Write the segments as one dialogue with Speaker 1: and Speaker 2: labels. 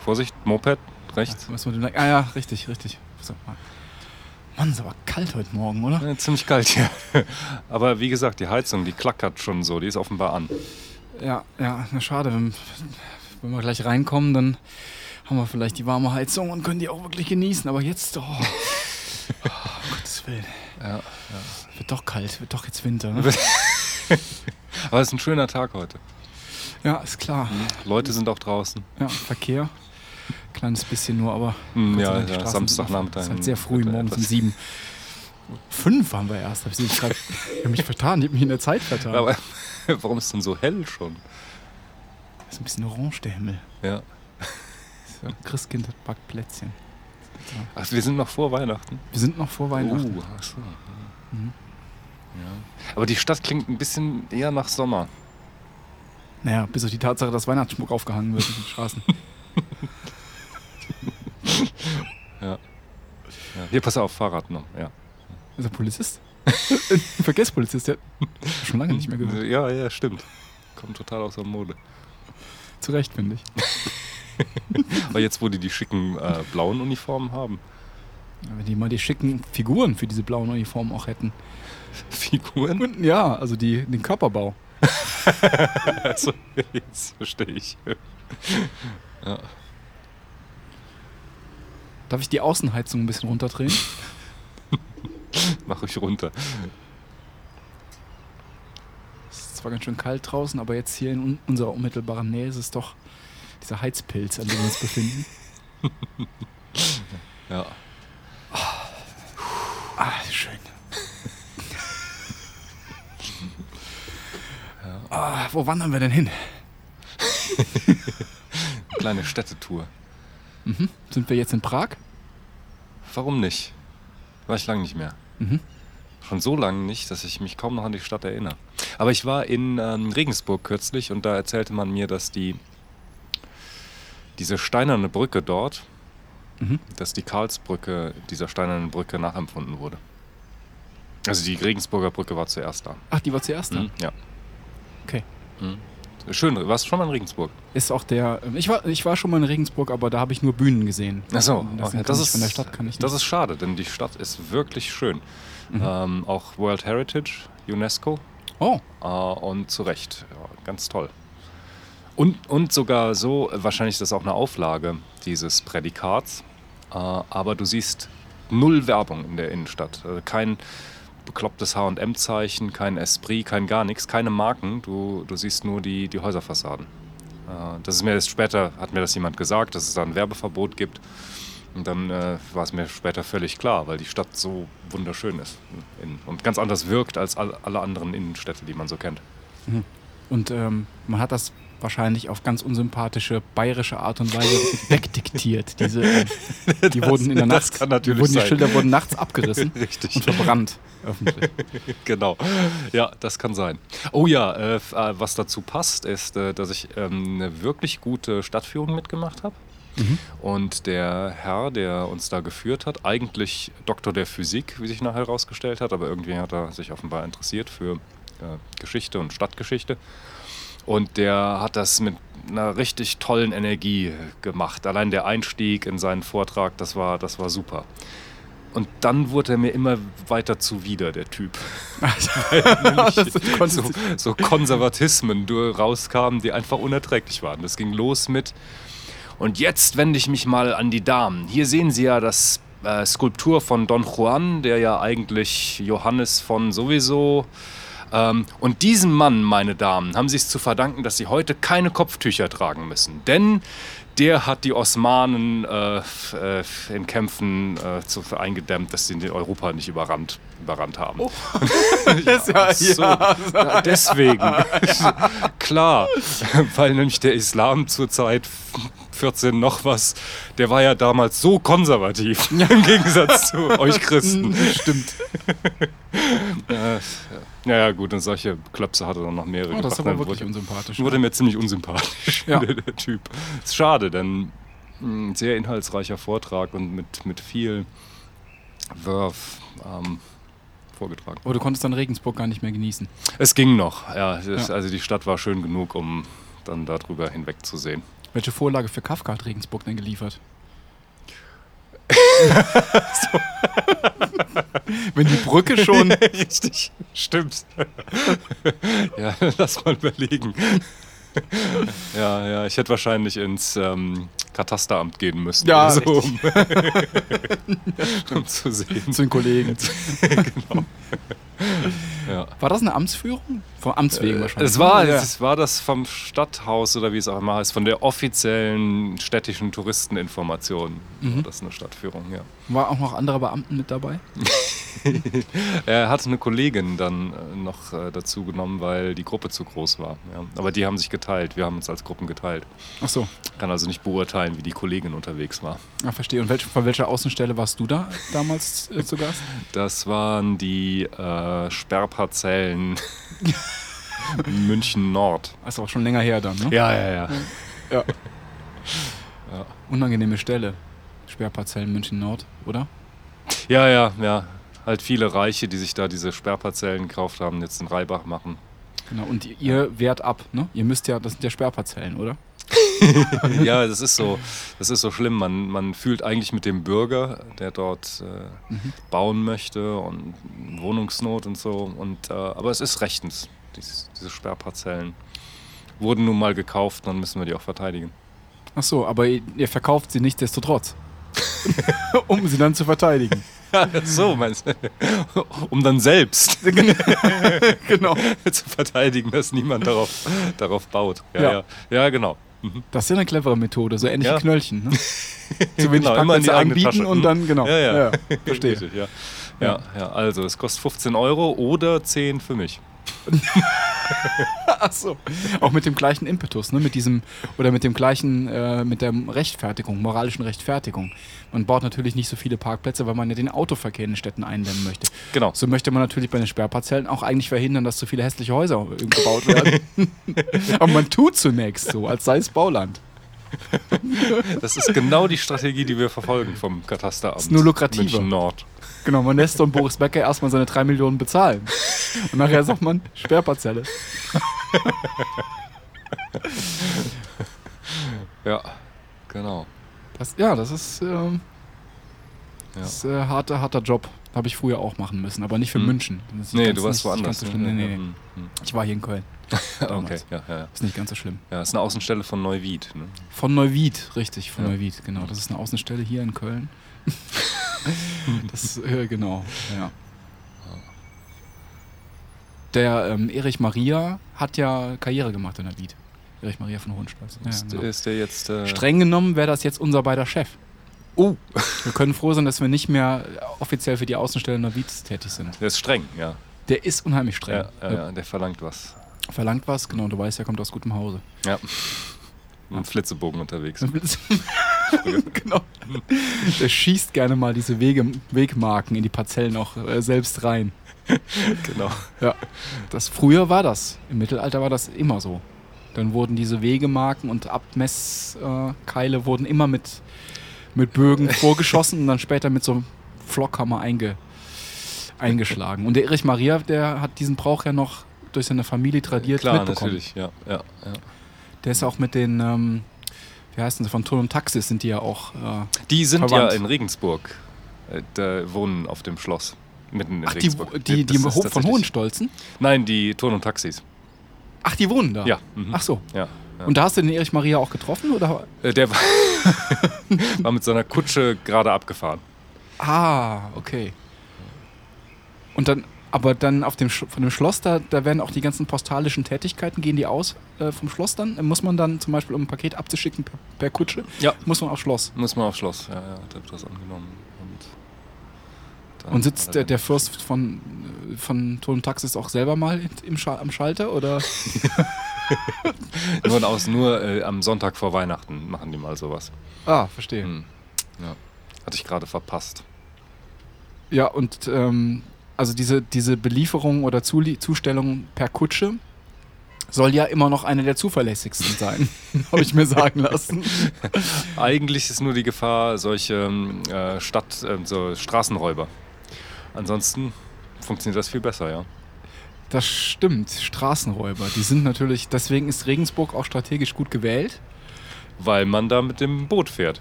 Speaker 1: Vorsicht, Moped, rechts.
Speaker 2: Was mit dem Lenk- ah ja, richtig, richtig. So, ah. Mann, ist aber kalt heute Morgen, oder?
Speaker 1: Äh, ziemlich kalt hier. Aber wie gesagt, die Heizung, die klackert schon so, die ist offenbar an.
Speaker 2: Ja, ja, na schade. Wenn, wenn wir gleich reinkommen, dann haben wir vielleicht die warme Heizung und können die auch wirklich genießen. Aber jetzt, oh, oh um Gottes Willen.
Speaker 1: Ja,
Speaker 2: Wird doch kalt, wird doch jetzt Winter. Ne?
Speaker 1: Aber es ist ein schöner Tag heute.
Speaker 2: Ja, ist klar.
Speaker 1: Leute sind auch draußen.
Speaker 2: Mhm. Ja, Verkehr. Kleines bisschen nur, aber.
Speaker 1: Hm,
Speaker 2: Gott sei
Speaker 1: ja,
Speaker 2: Dank, die
Speaker 1: ja,
Speaker 2: Straßen
Speaker 1: Samstagnachmittag
Speaker 2: sind offen. Ist halt sehr früh,
Speaker 1: wird
Speaker 2: morgens um
Speaker 1: etwas-
Speaker 2: sieben. Fünf waren wir erst. Hab ich gerade- ich hab mich vertan, ich hab mich in der Zeit vertan.
Speaker 1: Aber warum ist denn so hell schon?
Speaker 2: ist ein bisschen orange der Himmel.
Speaker 1: Ja.
Speaker 2: So, Christkind hat backt Plätzchen.
Speaker 1: Ach, wir sind noch vor Weihnachten.
Speaker 2: Wir sind noch vor Weihnachten. Mhm.
Speaker 1: Uh, ach so. Ja. Aber die Stadt klingt ein bisschen eher nach Sommer.
Speaker 2: Naja, bis auf die Tatsache, dass Weihnachtsschmuck aufgehangen wird in den Straßen.
Speaker 1: Ja. Hier, pass auf, Fahrrad noch. Ja,
Speaker 2: Ist er Polizist? Vergiss Polizist, der hat schon lange nicht mehr gehört.
Speaker 1: ja, ja, stimmt. Kommt total aus der Mode.
Speaker 2: Zu Recht, finde ich.
Speaker 1: Aber jetzt, wo die die schicken äh, blauen Uniformen haben,
Speaker 2: Wenn die mal die schicken Figuren für diese blauen Uniformen auch hätten.
Speaker 1: Figuren.
Speaker 2: Und ja, also die, den Körperbau.
Speaker 1: Also, jetzt verstehe ich.
Speaker 2: Darf ich die Außenheizung ein bisschen runterdrehen?
Speaker 1: Mach ich runter.
Speaker 2: Es ist zwar ganz schön kalt draußen, aber jetzt hier in un unserer unmittelbaren Nähe ist es doch dieser Heizpilz, an dem wir uns befinden.
Speaker 1: Ja.
Speaker 2: Ah, schön. ah, wo wandern wir denn hin?
Speaker 1: Kleine Städtetour.
Speaker 2: Mhm. Sind wir jetzt in Prag?
Speaker 1: Warum nicht? War ich lange nicht mehr.
Speaker 2: Mhm.
Speaker 1: Schon so lange nicht, dass ich mich kaum noch an die Stadt erinnere. Aber ich war in ähm, Regensburg kürzlich und da erzählte man mir, dass die diese steinerne Brücke dort,
Speaker 2: Mhm.
Speaker 1: dass die Karlsbrücke dieser steinernen Brücke nachempfunden wurde. Also die Regensburger Brücke war zuerst da.
Speaker 2: Ach, die war zuerst da.
Speaker 1: Mhm. Ja.
Speaker 2: Okay.
Speaker 1: Mhm. Schön, warst du schon mal in Regensburg?
Speaker 2: Ist auch der. ähm, Ich war, ich war schon mal in Regensburg, aber da habe ich nur Bühnen gesehen.
Speaker 1: Achso,
Speaker 2: das,
Speaker 1: okay,
Speaker 2: kann
Speaker 1: das
Speaker 2: ich
Speaker 1: ist
Speaker 2: von der Stadt kann ich
Speaker 1: Das
Speaker 2: nicht. Mhm.
Speaker 1: ist schade, denn die Stadt ist wirklich schön. Ähm, auch World Heritage, UNESCO
Speaker 2: oh,
Speaker 1: äh, und zu Recht. Ja, ganz toll. Und, und sogar so, äh, wahrscheinlich ist das auch eine Auflage dieses Prädikats, äh, aber du siehst null Werbung in der Innenstadt. Also kein beklopptes HM-Zeichen, kein Esprit, kein gar nichts, keine Marken. Du, du siehst nur die, die Häuserfassaden. Äh, Das ist mir erst später, hat mir das jemand gesagt, dass es da ein Werbeverbot gibt. Und dann äh, war es mir später völlig klar, weil die Stadt so wunderschön ist in, und ganz anders wirkt als all, alle anderen Innenstädte, die man so kennt.
Speaker 2: und ähm, man hat das wahrscheinlich auf ganz unsympathische bayerische Art und Weise wegdiktiert. Diese, äh, die wurden in der
Speaker 1: das
Speaker 2: Nacht,
Speaker 1: kann natürlich
Speaker 2: wurden die
Speaker 1: sein.
Speaker 2: Schilder wurden nachts abgerissen
Speaker 1: Richtig.
Speaker 2: und verbrannt öffentlich.
Speaker 1: genau. Ja, das kann sein. Oh ja, äh, f- äh, was dazu passt, ist, äh, dass ich ähm, eine wirklich gute Stadtführung mitgemacht habe. Und der Herr, der uns da geführt hat, eigentlich Doktor der Physik, wie sich nachher herausgestellt hat, aber irgendwie hat er sich offenbar interessiert für äh, Geschichte und Stadtgeschichte. Und der hat das mit einer richtig tollen Energie gemacht. Allein der Einstieg in seinen Vortrag, das war, das war super. Und dann wurde er mir immer weiter zuwider, der Typ
Speaker 2: das konnte
Speaker 1: so, so Konservatismen du- rauskamen, die einfach unerträglich waren. Das ging los mit. Und jetzt wende ich mich mal an die Damen. Hier sehen Sie ja das äh, Skulptur von Don Juan, der ja eigentlich Johannes von sowieso. Ähm, und diesem Mann, meine Damen, haben Sie es zu verdanken, dass Sie heute keine Kopftücher tragen müssen. Denn der hat die Osmanen äh, f- äh, f- in Kämpfen äh, zu, eingedämmt, dass sie in Europa nicht überrannt, überrannt haben.
Speaker 2: das
Speaker 1: Ach so. Ja, deswegen. Klar, weil nämlich der Islam zur Zeit 14 noch was, der war ja damals so konservativ im Gegensatz zu euch Christen.
Speaker 2: Mhm,
Speaker 1: Stimmt. äh, naja, gut, und solche Klöpse hatte dann noch mehrere.
Speaker 2: Oh, das ist
Speaker 1: gebracht.
Speaker 2: aber
Speaker 1: Dann
Speaker 2: wirklich
Speaker 1: wurde-
Speaker 2: unsympathisch.
Speaker 1: Wurde mir ziemlich unsympathisch,
Speaker 2: Ja.
Speaker 1: der, der Typ. Ist schade, denn ein sehr inhaltsreicher Vortrag und mit, mit viel Wurf ähm, vorgetragen.
Speaker 2: Aber du konntest dann Regensburg gar nicht mehr genießen.
Speaker 1: Es ging noch, ja. Es,
Speaker 2: Ja.
Speaker 1: Also die Stadt war schön genug, um dann darüber hinwegzusehen.
Speaker 2: Welche Vorlage für Kafka hat Regensburg denn geliefert? Wenn die Brücke schon.
Speaker 1: Richtig, stimmt. ja, lass mal überlegen. ja, ja, ich hätte wahrscheinlich ins ähm, Katasteramt gehen müssen,
Speaker 2: Ja,
Speaker 1: oder so, um, um zu sehen.
Speaker 2: Zu den Kollegen. Genau.
Speaker 1: Ja.
Speaker 2: War das eine Amtsführung? Vom Amts wegen wahrscheinlich. ne?
Speaker 1: Es war,
Speaker 2: Ja.
Speaker 1: es war das vom Stadthaus oder wie es auch immer heißt, von der offiziellen städtischen Touristeninformation.
Speaker 2: Mhm.
Speaker 1: War das eine Stadtführung, ja.
Speaker 2: War auch noch andere Beamten mit dabei?
Speaker 1: Er hat eine Kollegin dann äh, noch äh, dazu genommen, weil die Gruppe zu groß war. Ja. Aber die haben sich geteilt. Wir haben uns als Gruppen geteilt.
Speaker 2: Ach so.
Speaker 1: Kann also nicht beurteilen, wie die Kollegin unterwegs war.
Speaker 2: Ja, verstehe. Und welch, von welcher Außenstelle warst du da damals äh, zu Gast?
Speaker 1: Das waren die äh, Sperrparzellen München Nord.
Speaker 2: Ist auch schon länger her dann, ne?
Speaker 1: Ja, ja, ja.
Speaker 2: Unangenehme Stelle. Sperrparzellen München Nord, oder?
Speaker 1: Ja, ja, ja. Halt viele Reiche, die sich da diese Sperrparzellen gekauft haben, jetzt in Reibach machen.
Speaker 2: Genau. Und ihr- ihr wehrt ab, ne? Ihr müsst ja, das sind ja Sperrparzellen, oder?
Speaker 1: ja, das ist so, das ist so schlimm. Man, man fühlt eigentlich mit dem Bürger, der dort äh, bauen möchte und Wohnungsnot und so. Und, äh, aber es ist rechtens. Dies, diese Sperrparzellen wurden nun mal gekauft, dann müssen wir die auch verteidigen.
Speaker 2: Ach so, aber ihr, ihr verkauft sie nichtsdestotrotz. um sie dann zu verteidigen.
Speaker 1: so, meinst du? Um dann selbst
Speaker 2: genau.
Speaker 1: zu verteidigen, dass niemand darauf, darauf baut. Ja,
Speaker 2: Ja.
Speaker 1: ja. ja genau.
Speaker 2: Das ist ja eine clevere Methode, so ähnlich
Speaker 1: Ja.
Speaker 2: wie Knöllchen, ne? Zu wenig
Speaker 1: Genau,
Speaker 2: genau,
Speaker 1: immer in die
Speaker 2: Parkplätze
Speaker 1: eigene
Speaker 2: anbieten
Speaker 1: Tasche,
Speaker 2: und
Speaker 1: ne?
Speaker 2: dann, genau.
Speaker 1: Ja, ja.
Speaker 2: verstehe.
Speaker 1: Richtig, Ja. Ja, ja, also es kostet 15 Euro oder 10 für mich.
Speaker 2: Ach so. Auch mit dem gleichen Impetus, ne? Mit diesem, oder mit dem gleichen, äh, mit der Rechtfertigung, moralischen Rechtfertigung. Man baut natürlich nicht so viele Parkplätze, weil man ja den Autoverkehr in den Städten eindämmen möchte.
Speaker 1: Genau.
Speaker 2: So möchte man natürlich bei den Sperrparzellen auch eigentlich verhindern, dass so viele hässliche Häuser gebaut werden. Aber man tut zunächst so, als sei es Bauland.
Speaker 1: Das ist genau die Strategie, die wir verfolgen vom Katasteramt.
Speaker 2: Ist nur lukrativer.
Speaker 1: München Nord.
Speaker 2: Genau, man lässt so einen Boris Becker erstmal seine 3 Millionen bezahlen. Und nachher sagt man Sperrparzelle.
Speaker 1: Ja, genau.
Speaker 2: Das, ja, das ist, ähm,
Speaker 1: Ja.
Speaker 2: das ist äh, harter, harter Job. Habe ich früher auch machen müssen, aber nicht für
Speaker 1: Hm.
Speaker 2: München. Das ist
Speaker 1: Nee,
Speaker 2: ganz-
Speaker 1: du warst
Speaker 2: nicht- nicht
Speaker 1: woanders.
Speaker 2: ganz So schlimm.
Speaker 1: ne?
Speaker 2: Nee, nee, nee.
Speaker 1: Hm, hm.
Speaker 2: Ich war hier in Köln.
Speaker 1: Okay,
Speaker 2: Damals.
Speaker 1: ja, ja, ja.
Speaker 2: Ist nicht ganz so schlimm.
Speaker 1: Ja, ist eine Außenstelle von Neuwied. Ne?
Speaker 2: Von Neuwied, richtig, von
Speaker 1: Ja.
Speaker 2: Neuwied, genau. Das ist eine Außenstelle hier in Köln. das, äh, genau, ja. Der ähm, Erich Maria hat ja Karriere gemacht in Neuwied. Erich Maria von Hohenstolz. Ja,
Speaker 1: ist,
Speaker 2: genau.
Speaker 1: ist der jetzt. Äh,
Speaker 2: Streng genommen wäre das jetzt unser beider Chef.
Speaker 1: Oh,
Speaker 2: Wir können froh sein, dass wir nicht mehr äh, offiziell für die Außenstelle Neuwied tätig sind.
Speaker 1: der ist streng, ja.
Speaker 2: Der ist unheimlich streng.
Speaker 1: Ja, ja, ja. Der verlangt was.
Speaker 2: Verlangt was, genau, du weißt, er kommt aus gutem Hause.
Speaker 1: Ja. Mit dem Flitzebogen unterwegs.
Speaker 2: genau. Der schießt gerne mal diese Wege, Wegmarken in die Parzellen auch äh, selbst rein.
Speaker 1: genau.
Speaker 2: Ja. Das, früher war das. Im Mittelalter war das immer so. Dann wurden diese Wegemarken und Abmesskeile äh, Keile wurden immer mit, mit Bögen vorgeschossen und dann später mit so einem Flockhammer einge, eingeschlagen. Und der Erich Maria, der hat diesen Brauch ja noch durch seine Familie tradiert
Speaker 1: Klar,
Speaker 2: mitbekommen.
Speaker 1: natürlich. Ja, ja, ja.
Speaker 2: Der ist auch mit den, ähm, wie heißen sie, von Turn und Taxis sind die ja auch. Äh,
Speaker 1: Die sind
Speaker 2: Verwandt.
Speaker 1: ja in Regensburg. Äh, Da wohnen auf dem Schloss. Mitten in
Speaker 2: ach, die,
Speaker 1: Regensburg.
Speaker 2: die, die
Speaker 1: Das ist
Speaker 2: Hof von
Speaker 1: tatsächlich-
Speaker 2: Hohenstolzen?
Speaker 1: Nein, die Turn und Taxis.
Speaker 2: Ach, die wohnen da?
Speaker 1: Ja, mhm.
Speaker 2: Ach so.
Speaker 1: Ja. ja.
Speaker 2: Und da hast du den Erich Maria auch getroffen? Oder?
Speaker 1: Äh, Der war, war mit seiner Kutsche gerade abgefahren.
Speaker 2: Ah, okay. Und dann, aber dann auf dem, Sch- von dem Schloss, da, da werden auch die ganzen postalischen Tätigkeiten, gehen die aus äh, vom Schloss dann? Äh, Muss man dann zum Beispiel, um ein Paket abzuschicken per, per Kutsche,
Speaker 1: Ja.
Speaker 2: muss man aufs Schloss.
Speaker 1: Muss man aufs Schloss. Ja, ja, da wird das angenommen. Und, dann
Speaker 2: Und
Speaker 1: hat er
Speaker 2: sitzt der,
Speaker 1: den-
Speaker 2: der Fürst von, äh, von Ton Taxis auch selber mal in- im Scha am Schalter? Oder?
Speaker 1: Nur, aus, nur äh, am Sonntag vor Weihnachten machen die mal sowas.
Speaker 2: Ah, verstehe.
Speaker 1: Hm. Ja. Hatte ich gerade verpasst.
Speaker 2: Ja, und ähm, also diese, diese Belieferung oder Zulie Zustellung per Kutsche soll ja immer noch eine der zuverlässigsten sein, habe ich mir sagen lassen.
Speaker 1: Eigentlich ist nur die Gefahr solche ähm, äh, Stadt, äh, so Straßenräuber. Ansonsten funktioniert das viel besser, ja.
Speaker 2: Das stimmt, Straßenräuber, die sind natürlich, deswegen ist Regensburg auch strategisch gut gewählt.
Speaker 1: Weil man da mit dem Boot fährt.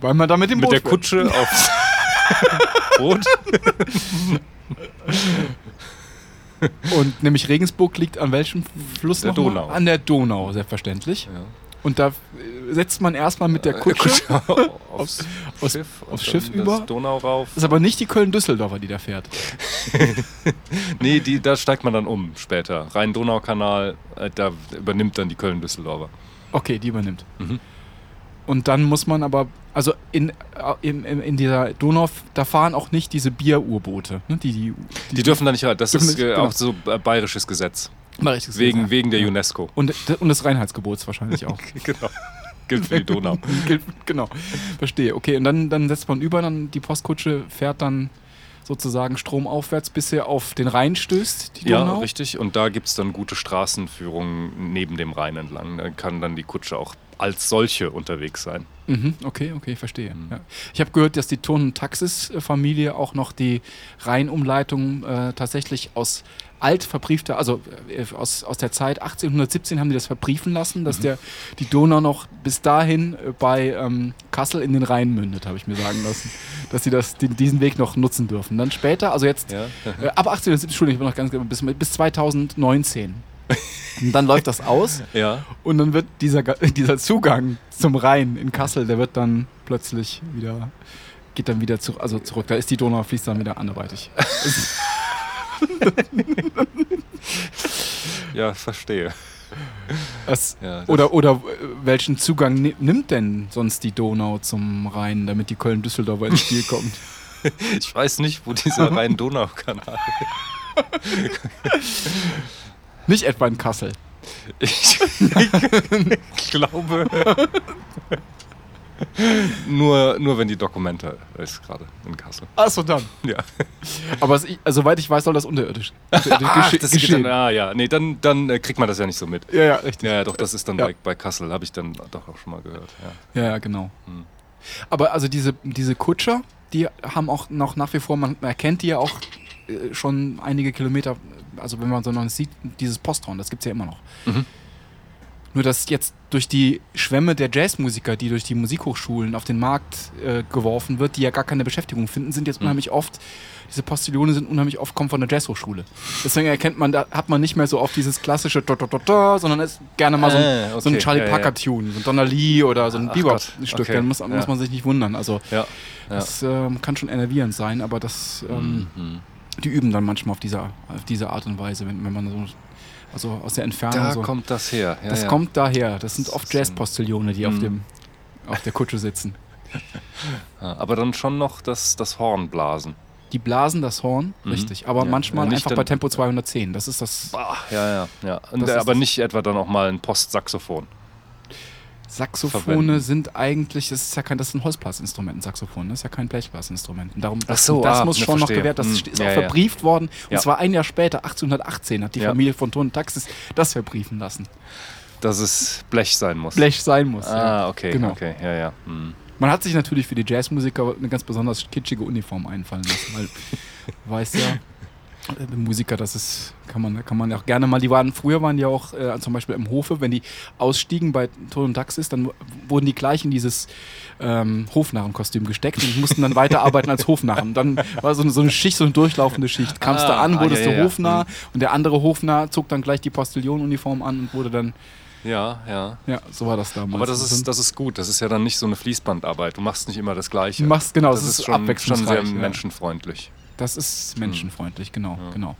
Speaker 2: Weil man da mit dem
Speaker 1: mit
Speaker 2: Boot
Speaker 1: der
Speaker 2: fährt.
Speaker 1: Kutsche aufs Boot.
Speaker 2: Und nämlich Regensburg liegt an welchem Fluss
Speaker 1: Der
Speaker 2: nochmal?
Speaker 1: Donau.
Speaker 2: An der Donau, selbstverständlich. Und da äh, setzt man erstmal mit
Speaker 1: Äh,
Speaker 2: der Kutsche.
Speaker 1: aufs,
Speaker 2: aufs-
Speaker 1: Schiff. und
Speaker 2: aufs Schiff
Speaker 1: dann
Speaker 2: über.
Speaker 1: Das Donau rauf.
Speaker 2: Ist aber nicht die Köln-Düsseldorfer, die da fährt.
Speaker 1: Nee, die, da steigt man dann um später. Rhein-Donau-Kanal, äh, da übernimmt dann die Köln-Düsseldorfer.
Speaker 2: Okay, die übernimmt.
Speaker 1: Mhm.
Speaker 2: Und dann muss man aber, also in, äh, in, in, in dieser Donau, da fahren auch nicht diese Bier-U-Boote. Ne? Die, die,
Speaker 1: Die dürfen da nicht rein. Das
Speaker 2: Dürfen
Speaker 1: ist
Speaker 2: nicht,
Speaker 1: äh,
Speaker 2: genau.
Speaker 1: auch so äh, bayerisches Gesetz.
Speaker 2: mal richtig
Speaker 1: Wegen,
Speaker 2: gesagt.
Speaker 1: wegen der UNESCO.
Speaker 2: Und, und des Reinheitsgebots wahrscheinlich auch.
Speaker 1: Genau. Gilt für die Donau.
Speaker 2: Gilt- genau. Verstehe. Okay, und dann, dann setzt man über, dann die Postkutsche fährt dann sozusagen stromaufwärts, bis sie auf den Rhein stößt, die
Speaker 1: Ja,
Speaker 2: Donau.
Speaker 1: richtig. Und da gibt es dann gute Straßenführungen neben dem Rhein entlang. Da kann dann die Kutsche auch als solche unterwegs sein.
Speaker 2: Mhm, okay, okay, verstehe. Ja. Ich habe gehört, dass die Turn- und Taxis-Familie auch noch die Rheinumleitung äh, tatsächlich aus alt verbriefter, also äh, aus, aus der Zeit 1817 haben die das verbriefen lassen, dass der, die Donau noch bis dahin äh, bei ähm, Kassel in den Rhein mündet, habe ich mir sagen lassen. dass sie das, die, diesen Weg noch nutzen dürfen. Dann später, also jetzt
Speaker 1: Ja.
Speaker 2: äh, ab 1817, Entschuldigung, ich bin noch ganz genau, bis, bis 2019. Und dann läuft das aus.
Speaker 1: Ja.
Speaker 2: Und dann wird dieser, Ga- dieser Zugang zum Rhein in Kassel, der wird dann plötzlich wieder, geht dann wieder zu, also zurück. Da ist die Donau, fließt dann wieder anderweitig.
Speaker 1: Ja, verstehe.
Speaker 2: Das,
Speaker 1: Ja, das-
Speaker 2: oder, oder äh, welchen Zugang ni nimmt denn sonst die Donau zum Rhein, damit die Köln-Düsseldorfer ins Spiel kommt?
Speaker 1: Ich weiß nicht, wo dieser Rhein-Donau-Kanal
Speaker 2: Nicht etwa in Kassel.
Speaker 1: Ich glaube. nur, nur wenn die Dokumente ist gerade in Kassel.
Speaker 2: Achso, dann.
Speaker 1: Ja.
Speaker 2: Aber es, also, soweit ich weiß, soll das unterirdisch, unterirdisch gesche-
Speaker 1: das geht
Speaker 2: geschehen.
Speaker 1: dann, ah ja, nee, dann, dann äh, kriegt man das ja nicht so mit.
Speaker 2: ja, ja, richtig.
Speaker 1: Ja, ja, doch, das ist dann
Speaker 2: Ja.
Speaker 1: bei, bei Kassel, habe ich dann doch auch schon mal gehört. Ja.
Speaker 2: Ja, ja, genau. Aber also diese, diese Kutscher, die haben auch noch nach wie vor, man erkennt die ja auch äh, schon einige Kilometer, also wenn man so noch sieht, dieses Posthorn, das gibt es ja immer noch.
Speaker 1: Mhm.
Speaker 2: Nur dass jetzt durch die Schwämme der Jazzmusiker, die durch die Musikhochschulen auf den Markt äh, geworfen wird, die ja gar keine Beschäftigung finden, sind
Speaker 1: Mhm.
Speaker 2: jetzt unheimlich oft, diese Postillone sind unheimlich oft, kommen von der Jazzhochschule. Deswegen erkennt man, da hat man nicht mehr so oft dieses klassische da, da, da, da, sondern ist gerne mal so ein,
Speaker 1: Ah,
Speaker 2: so ein
Speaker 1: okay,
Speaker 2: Charlie
Speaker 1: ja, ja.
Speaker 2: Parker-Tune, so ein Donna Lee oder so ein
Speaker 1: Ach
Speaker 2: Bebop-Stück.
Speaker 1: Gott, okay,
Speaker 2: Dann muss,
Speaker 1: ja.
Speaker 2: muss man sich nicht wundern. Also
Speaker 1: Ja, ja.
Speaker 2: das ähm, kann schon enervierend sein, aber das, ähm,
Speaker 1: Mhm.
Speaker 2: die üben dann manchmal auf diese, auf diese Art und Weise, wenn, wenn man so also aus der Entfernung
Speaker 1: Da
Speaker 2: so.
Speaker 1: kommt das her. Ja,
Speaker 2: das
Speaker 1: ja.
Speaker 2: kommt daher. Das sind
Speaker 1: Das
Speaker 2: oft
Speaker 1: ist ein-
Speaker 2: Jazz-Postillone, die auf,
Speaker 1: Mhm.
Speaker 2: dem, auf der Kutsche sitzen.
Speaker 1: Ja, aber dann schon noch das, das Hornblasen.
Speaker 2: Die blasen das Horn,
Speaker 1: Mhm.
Speaker 2: richtig, aber
Speaker 1: Ja,
Speaker 2: manchmal
Speaker 1: ja, nicht
Speaker 2: einfach
Speaker 1: dann-
Speaker 2: bei Tempo 210. Das ist das
Speaker 1: Ja, ja, ja. Und,
Speaker 2: Ah. Das
Speaker 1: äh,
Speaker 2: ist
Speaker 1: aber
Speaker 2: das-
Speaker 1: nicht etwa dann auch mal ein Postsaxophon.
Speaker 2: Saxophone
Speaker 1: verwenden.
Speaker 2: sind eigentlich, das ist ja kein, das ist ein Holzblasinstrument, ein Saxophon, das ist ja kein Blechblasinstrument. Und darum,
Speaker 1: Ach so,
Speaker 2: das
Speaker 1: ah,
Speaker 2: muss
Speaker 1: ne,
Speaker 2: schon noch
Speaker 1: verstehe.
Speaker 2: gewährt, das
Speaker 1: Hm,
Speaker 2: ist
Speaker 1: ja,
Speaker 2: auch
Speaker 1: ja.
Speaker 2: verbrieft worden.
Speaker 1: Ja.
Speaker 2: Und zwar ein Jahr später, 1818, hat die
Speaker 1: Ja.
Speaker 2: Familie von Ton und Taxis das verbriefen lassen.
Speaker 1: Dass es Blech sein muss.
Speaker 2: Blech sein muss. ja.
Speaker 1: Ah, okay,
Speaker 2: Genau.
Speaker 1: okay, ja, ja. Mhm.
Speaker 2: Man hat sich natürlich für die Jazzmusiker eine ganz besonders kitschige Uniform einfallen lassen, weil weiß ja, äh, Musiker, das ist, kann man, kann man ja auch gerne mal, die waren, früher waren die auch äh, zum Beispiel im Hofe, wenn die ausstiegen bei Ton und Taxis, dann w- wurden die gleich in dieses ähm, Hofnarrenkostüm gesteckt und mussten dann weiterarbeiten als Hofnarren. Dann war so eine, so eine Schicht, so eine durchlaufende Schicht. Kamst
Speaker 1: Ah,
Speaker 2: da an,
Speaker 1: ah,
Speaker 2: wurdest
Speaker 1: ja, ja,
Speaker 2: du
Speaker 1: ja.
Speaker 2: Hofnarr und der andere Hofnarr zog dann gleich die Postillonuniform an und wurde dann,
Speaker 1: Ja, ja.
Speaker 2: ja, so war das damals.
Speaker 1: Aber das
Speaker 2: Und dann-
Speaker 1: ist, das ist gut. Das ist ja dann nicht so eine Fließbandarbeit. Du machst nicht immer das Gleiche.
Speaker 2: Du machst- genau,
Speaker 1: das,
Speaker 2: es
Speaker 1: ist,
Speaker 2: ist
Speaker 1: schon, schon sehr
Speaker 2: abwechslungsreich, ja.
Speaker 1: menschenfreundlich.
Speaker 2: Das
Speaker 1: Hm.
Speaker 2: ist menschenfreundlich, genau, genau.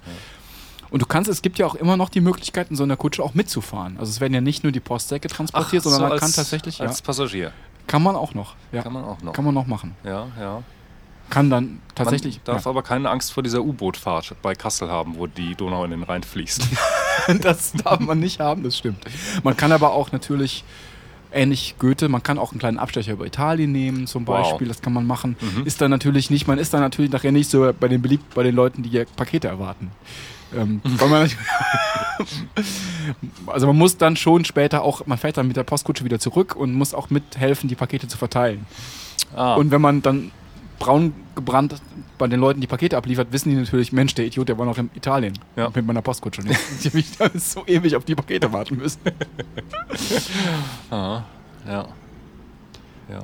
Speaker 2: Und du kannst, es gibt ja auch immer noch die Möglichkeit, in so einer Kutsche auch mitzufahren. Also es werden ja nicht nur die Postsäcke transportiert, sondern man kann tatsächlich, ja,
Speaker 1: als Passagier
Speaker 2: kann man auch noch, ja,
Speaker 1: kann man auch noch.
Speaker 2: kann man noch machen.
Speaker 1: ja, ja.
Speaker 2: Kann dann tatsächlich,
Speaker 1: Man darf aber keine Angst vor dieser U-Boot-Fahrt bei Kassel haben, wo die Donau in den Rhein fließt.
Speaker 2: ja, das darf man nicht haben, das stimmt. Man kann aber auch natürlich, ähnlich Goethe, man kann auch einen kleinen Abstecher über Italien nehmen zum
Speaker 1: Wow.
Speaker 2: Beispiel, das kann man machen. Ist dann natürlich nicht, man ist dann natürlich nachher nicht so bei den beliebt, bei den Leuten, die ja Pakete erwarten. Ähm, weil man also man muss dann schon später auch, man fährt dann mit der Postkutsche wieder zurück und muss auch mithelfen, die Pakete zu verteilen.
Speaker 1: Ah,
Speaker 2: Und wenn man dann braun gebrannt bei den Leuten die Pakete abliefert, wissen die natürlich, Mensch, der Idiot, der war noch in Italien
Speaker 1: Ja.
Speaker 2: mit meiner Postkutsche. Und jetzt hab ich dann so ewig auf die Pakete warten müssen.
Speaker 1: ja. Ja.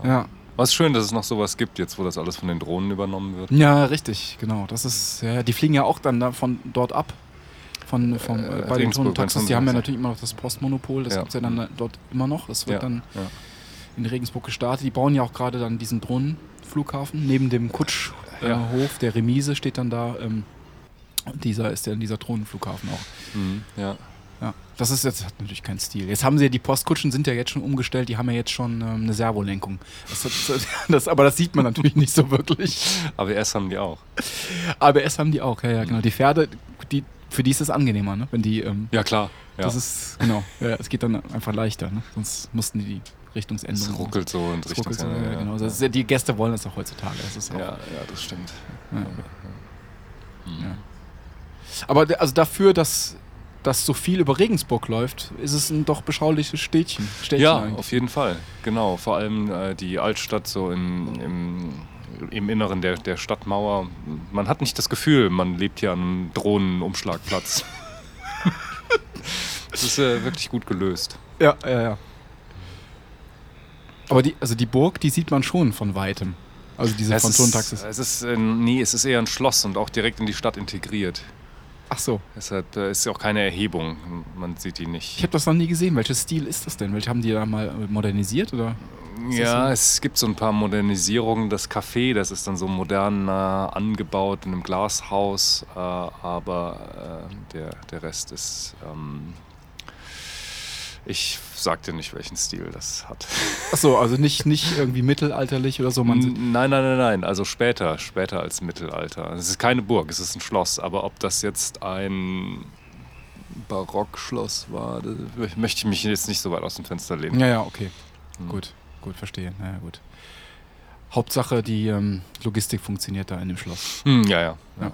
Speaker 2: Ja.
Speaker 1: Was schön, dass es noch sowas gibt, jetzt wo das alles von den Drohnen übernommen wird.
Speaker 2: ja, richtig, genau. Das ist, ja, ja, die fliegen ja auch dann da von dort ab. Von, vom,
Speaker 1: Äh,
Speaker 2: äh, bei den
Speaker 1: Regensburg,
Speaker 2: Zonentaxis, die
Speaker 1: beim
Speaker 2: haben ja
Speaker 1: Zonentaxis.
Speaker 2: natürlich immer noch das Postmonopol, das
Speaker 1: Ja.
Speaker 2: gibt's gibt es ja dann äh, dort immer noch. Das wird
Speaker 1: Ja,
Speaker 2: dann
Speaker 1: ja.
Speaker 2: in Regensburg gestartet. Die bauen ja auch gerade dann diesen Drohnenflughafen. Neben dem Kutschhof äh,
Speaker 1: Ja.
Speaker 2: Hof der Remise steht dann da, ähm, dieser ist ja dieser Drohnenflughafen auch.
Speaker 1: Mhm. ja.
Speaker 2: Ja. Das ist jetzt hat natürlich kein Stil. Jetzt haben sie ja die Postkutschen sind ja jetzt schon umgestellt, die haben ja jetzt schon ähm, eine Servolenkung. Das, das, das, aber das sieht man natürlich nicht so wirklich.
Speaker 1: ABS haben die auch.
Speaker 2: ABS haben die auch, ja, ja, genau. Die Pferde, die, für die ist es angenehmer, ne? wenn die, ähm,
Speaker 1: Ja, klar. Ja.
Speaker 2: das ist, genau, ja, es geht dann einfach leichter, ne? sonst mussten die die Richtungsänderung.
Speaker 1: es ruckelt so in
Speaker 2: Das
Speaker 1: Richtung.
Speaker 2: ruckelt so, ja,
Speaker 1: ja,
Speaker 2: genau. Das ist, ja- die Gäste wollen das auch heutzutage. Das ist auch,
Speaker 1: ja, ja, das stimmt.
Speaker 2: Ja. Ja. Aber d- also dafür, dass, dass so viel über Regensburg läuft, ist es ein doch beschauliches Städtchen. Städtchen
Speaker 1: Ja,
Speaker 2: eigentlich.
Speaker 1: auf jeden Fall. Genau. Vor allem äh, die Altstadt so in, im, im Inneren der, der Stadtmauer. Man hat nicht das Gefühl, man lebt hier an einem Drohnenumschlagplatz. das ist äh, wirklich gut gelöst.
Speaker 2: ja, ja, ja. Aber die, also die Burg, die sieht man schon von weitem. Also diese
Speaker 1: Es
Speaker 2: von
Speaker 1: ist,
Speaker 2: Tontaxis.
Speaker 1: es ist, äh, nee, es ist eher ein Schloss und auch direkt in die Stadt integriert.
Speaker 2: Ach so,
Speaker 1: Deshalb äh, ist ja auch keine Erhebung. Man sieht die
Speaker 2: ich
Speaker 1: nicht.
Speaker 2: habe das noch nie gesehen. Welches Stil ist das denn? Welche haben die da mal äh, modernisiert oder?
Speaker 1: Ja, es gibt so ein paar Modernisierungen. Das Café, das ist dann so modern äh, angebaut in einem Glashaus, äh, aber äh, der, der Rest ist. Ähm, ich sag dir nicht, welchen Stil das hat.
Speaker 2: Ach so, also nicht, nicht irgendwie mittelalterlich oder so. Man sieht,
Speaker 1: N- nein, nein, nein, nein. Also später, später als Mittelalter. Es ist keine Burg, es ist ein Schloss. Aber ob das jetzt ein Barockschloss war, da möchte ich mich jetzt nicht so weit aus dem Fenster lehnen.
Speaker 2: ja, ja, okay.
Speaker 1: Mm.
Speaker 2: Gut, gut, verstehe. Na ja, gut. Hauptsache, die ähm, Logistik funktioniert da in dem Schloss.
Speaker 1: Hm, ja, ja.
Speaker 2: Ja.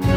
Speaker 1: ja. ja.